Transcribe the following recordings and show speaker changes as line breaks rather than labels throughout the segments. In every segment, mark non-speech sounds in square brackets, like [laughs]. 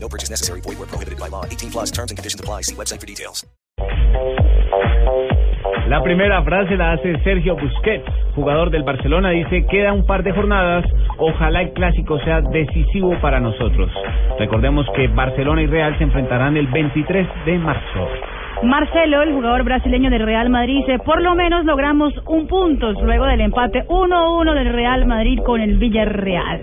No purchase necessary. Void where prohibited by law. 18 plus terms and conditions apply. See website for details.
La primera frase la hace Sergio Busquets, jugador del Barcelona. Dice, queda un par de jornadas, ojalá el clásico sea decisivo para nosotros. Recordemos que Barcelona y Real se enfrentarán el 23 de marzo.
Marcelo, el jugador brasileño del Real Madrid, dice, por lo menos logramos un punto luego del empate 1-1 del Real Madrid con el Villarreal.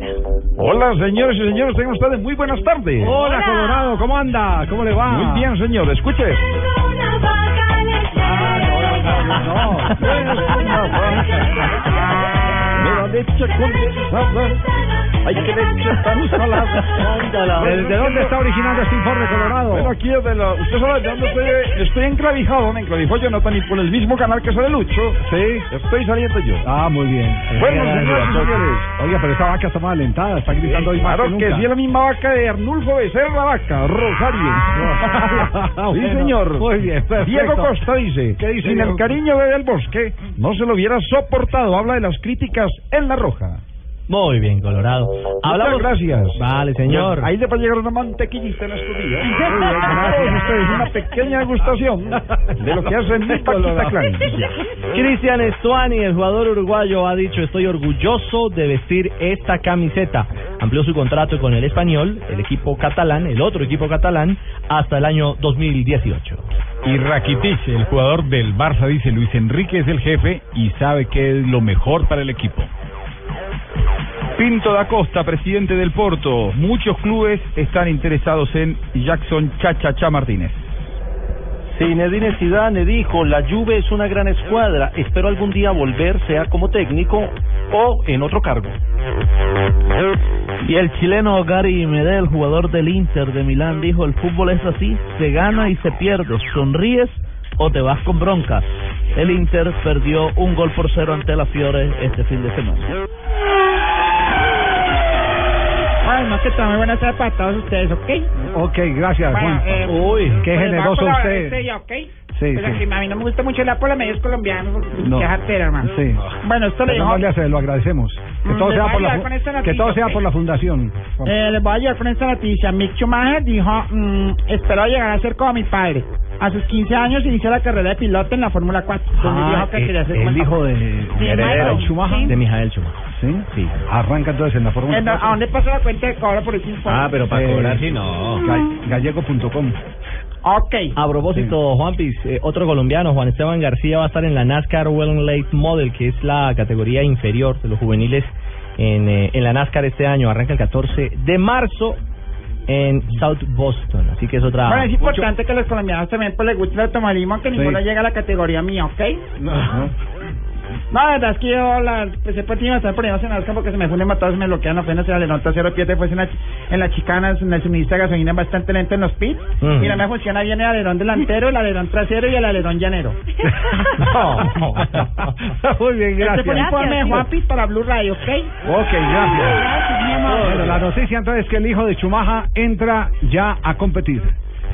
Hola, señores y señores, tengan ustedes muy buenas tardes.
Hola. Colorado,
¿cómo anda? ¿Cómo le va?
Muy bien, señor, escuche.
Ah,
Mira, leche con sabor. Ay, qué leche tan salada.
¿Desde dónde está originando este informe,
Bueno,
Colorado?
aquí es de la... Usted sabe de dónde estoy... Estoy enclavijado, me enclavijó Jonathan y por el mismo canal que sale Lucho. Sí. Estoy saliendo yo.
Ah, muy bien.
Bueno,
Eh,
señoras y señores.
Oiga, pero esta vaca está más alentada, está gritando hoy más
Claro que,
nunca.
sí, es la misma vaca de Arnulfo Becerra Vaca,
[laughs]
Rosario. sí,
Ah, Bueno,
señor.
muy bien, perfecto.
Diego Costa dice,
¿Qué dice
sin
Diego?
el cariño de Del Bosque, no se lo hubiera soportado. Habla de las críticas en La Roja.
Muy bien, Colorado. Hablamos...
Muchas gracias.
Vale, señor.
Ahí le va a llegar una mantequillita en estos días.
Muy bien,
Gracias a ustedes, una pequeña degustación de lo que hace
[laughs]
mi Paquita Clan.
Cristian Estuani, el jugador uruguayo, ha dicho estoy orgulloso de vestir esta camiseta. Amplió su contrato con el español, el equipo catalán, el otro equipo catalán, hasta el año 2018.
Y Rakitic, el jugador del Barça, dice Luis Enrique es el jefe y sabe que es lo mejor para el equipo. Pinto da Costa, presidente del Porto. Muchos clubes están interesados en Jackson Chachacha Martínez.
Zinedine Zidane dijo, la Juve es una gran escuadra, espero algún día volver, sea como técnico o en otro cargo.
Y el chileno Gary Medel, jugador del Inter de Milán, dijo, el fútbol es así, se gana y se pierde, sonríes o te vas con broncas. El Inter perdió un gol por cero ante la Fiore este fin de semana.
Bueno, que tomen buenas tardes para todos ustedes, ¿ok?
Ok, gracias,
Bueno,
Juan.
eh,
Uy, qué
pues les va a
generoso
colaborar
usted.
este día, ¿ok?
Sí,
Pero
sí.
que a mí no me gusta mucho hablar por los medios colombianos, porque
No.
qué jartera, hermano.
Sí.
Bueno, esto lo
Pero
dijo...
no le hace, lo agradecemos. Que
Mm,
todo
le
sea
voy a
por la,
ayudar con esta
fu- que
noticia,
todo sea
ok.
por la fundación.
Eh, les voy a ayudar con esta noticia. Mick Schumacher dijo, mm, espero llegar a ser como mi padre. A sus 15 años inició la carrera de piloto en la Fórmula 4. Entonces
Ah,
dijo Pues, que
eh,
quería ser como
Ah, eh, el
el papá.
hijo de
Michael,
Schumacher.
sí.
De Mijael Schumacher.
¿Sí? sí. Arranca entonces en la Fórmula
Eh, no, ¿A
4.
dónde pasa la cuenta de cobro por ese informe?
pero
para cobrar sí
no.
Ga- Gallego.com.
Ok.
A propósito, Juanpis, eh, otro colombiano, Juan Esteban García, va a estar en la NASCAR Well Late Model, que es la categoría inferior de los juveniles en, eh, en la NASCAR este año. Arranca el 14 de marzo en South Boston. Así que es otra...
Bueno, es importante que los colombianos también pues, les guste el automovilismo, aunque
Ah, Sí.
ninguno llega a la categoría mía, ¿ok?
¿no?
No, la verdad es que yo la pues, empecé por ti, me están poniendo en Nazca porque se me funden matados, me bloquean la frena, se le nota cero pie, después en la, en la chicana, en el suministro de gasolina bastante lento en los pits,
Mm.
y no me funciona bien el alerón delantero, el alerón trasero y el alerón llanero.
No. [laughs] Muy bien,
Este fue el
gracias.
informe de Juanpi para Blue Radio, ¿ok?
Ok, gracias. Bueno, la noticia entonces es que el hijo de Chumaja entra ya a competir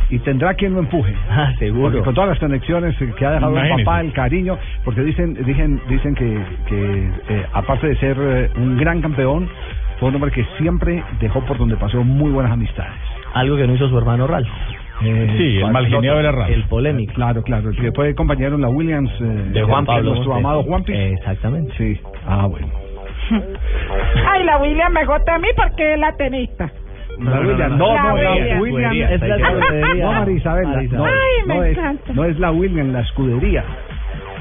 y tendrá quien lo empuje.
[laughs] Ah, seguro.
Porque con todas las conexiones eh, que ha dejado el
Imagínese.
papá, el cariño, porque dicen dicen, dicen que, que, eh, aparte de ser eh, un gran campeón, fue un hombre que siempre dejó por donde pasó muy buenas amistades.
Algo que no hizo su hermano Ralph.
Eh,
Sí, el
¿cuál
mal
es
geniado
otro?
era Ralph.
El polémico.
Claro, claro, el que fue compañero en la Williams eh,
De Juan Pablo. Eh,
nuestro amado Juan
Exactamente.
Sí, ah, bueno.
Ay, la William me gusta a mí porque es la tenista.
La Williams, no,
no, no,
no,
la
la
Williams.
Williams
Es la escudería.
No, María Isabel, la- no,
Ay, me
no es,
encanta.
no es la Williams, la escudería.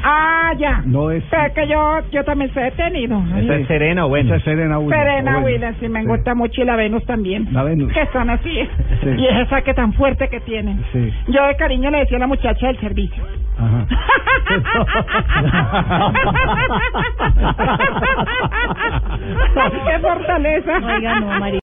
Ah, ya.
No es-
Pero es que yo, yo también sé detenido.
Esa es serena, bueno.
Esa es Serena Williams.
Serena
Bueno,
Williams, sí, me gusta mucho y la Venus también.
La Venus.
Que son así.
Sí.
Y es esa que tan fuerte que tienen.
Sí.
Yo de cariño le decía a la muchacha del [laughs] servicio.
Ajá.
¡Qué fortaleza!
Oiga, no, María.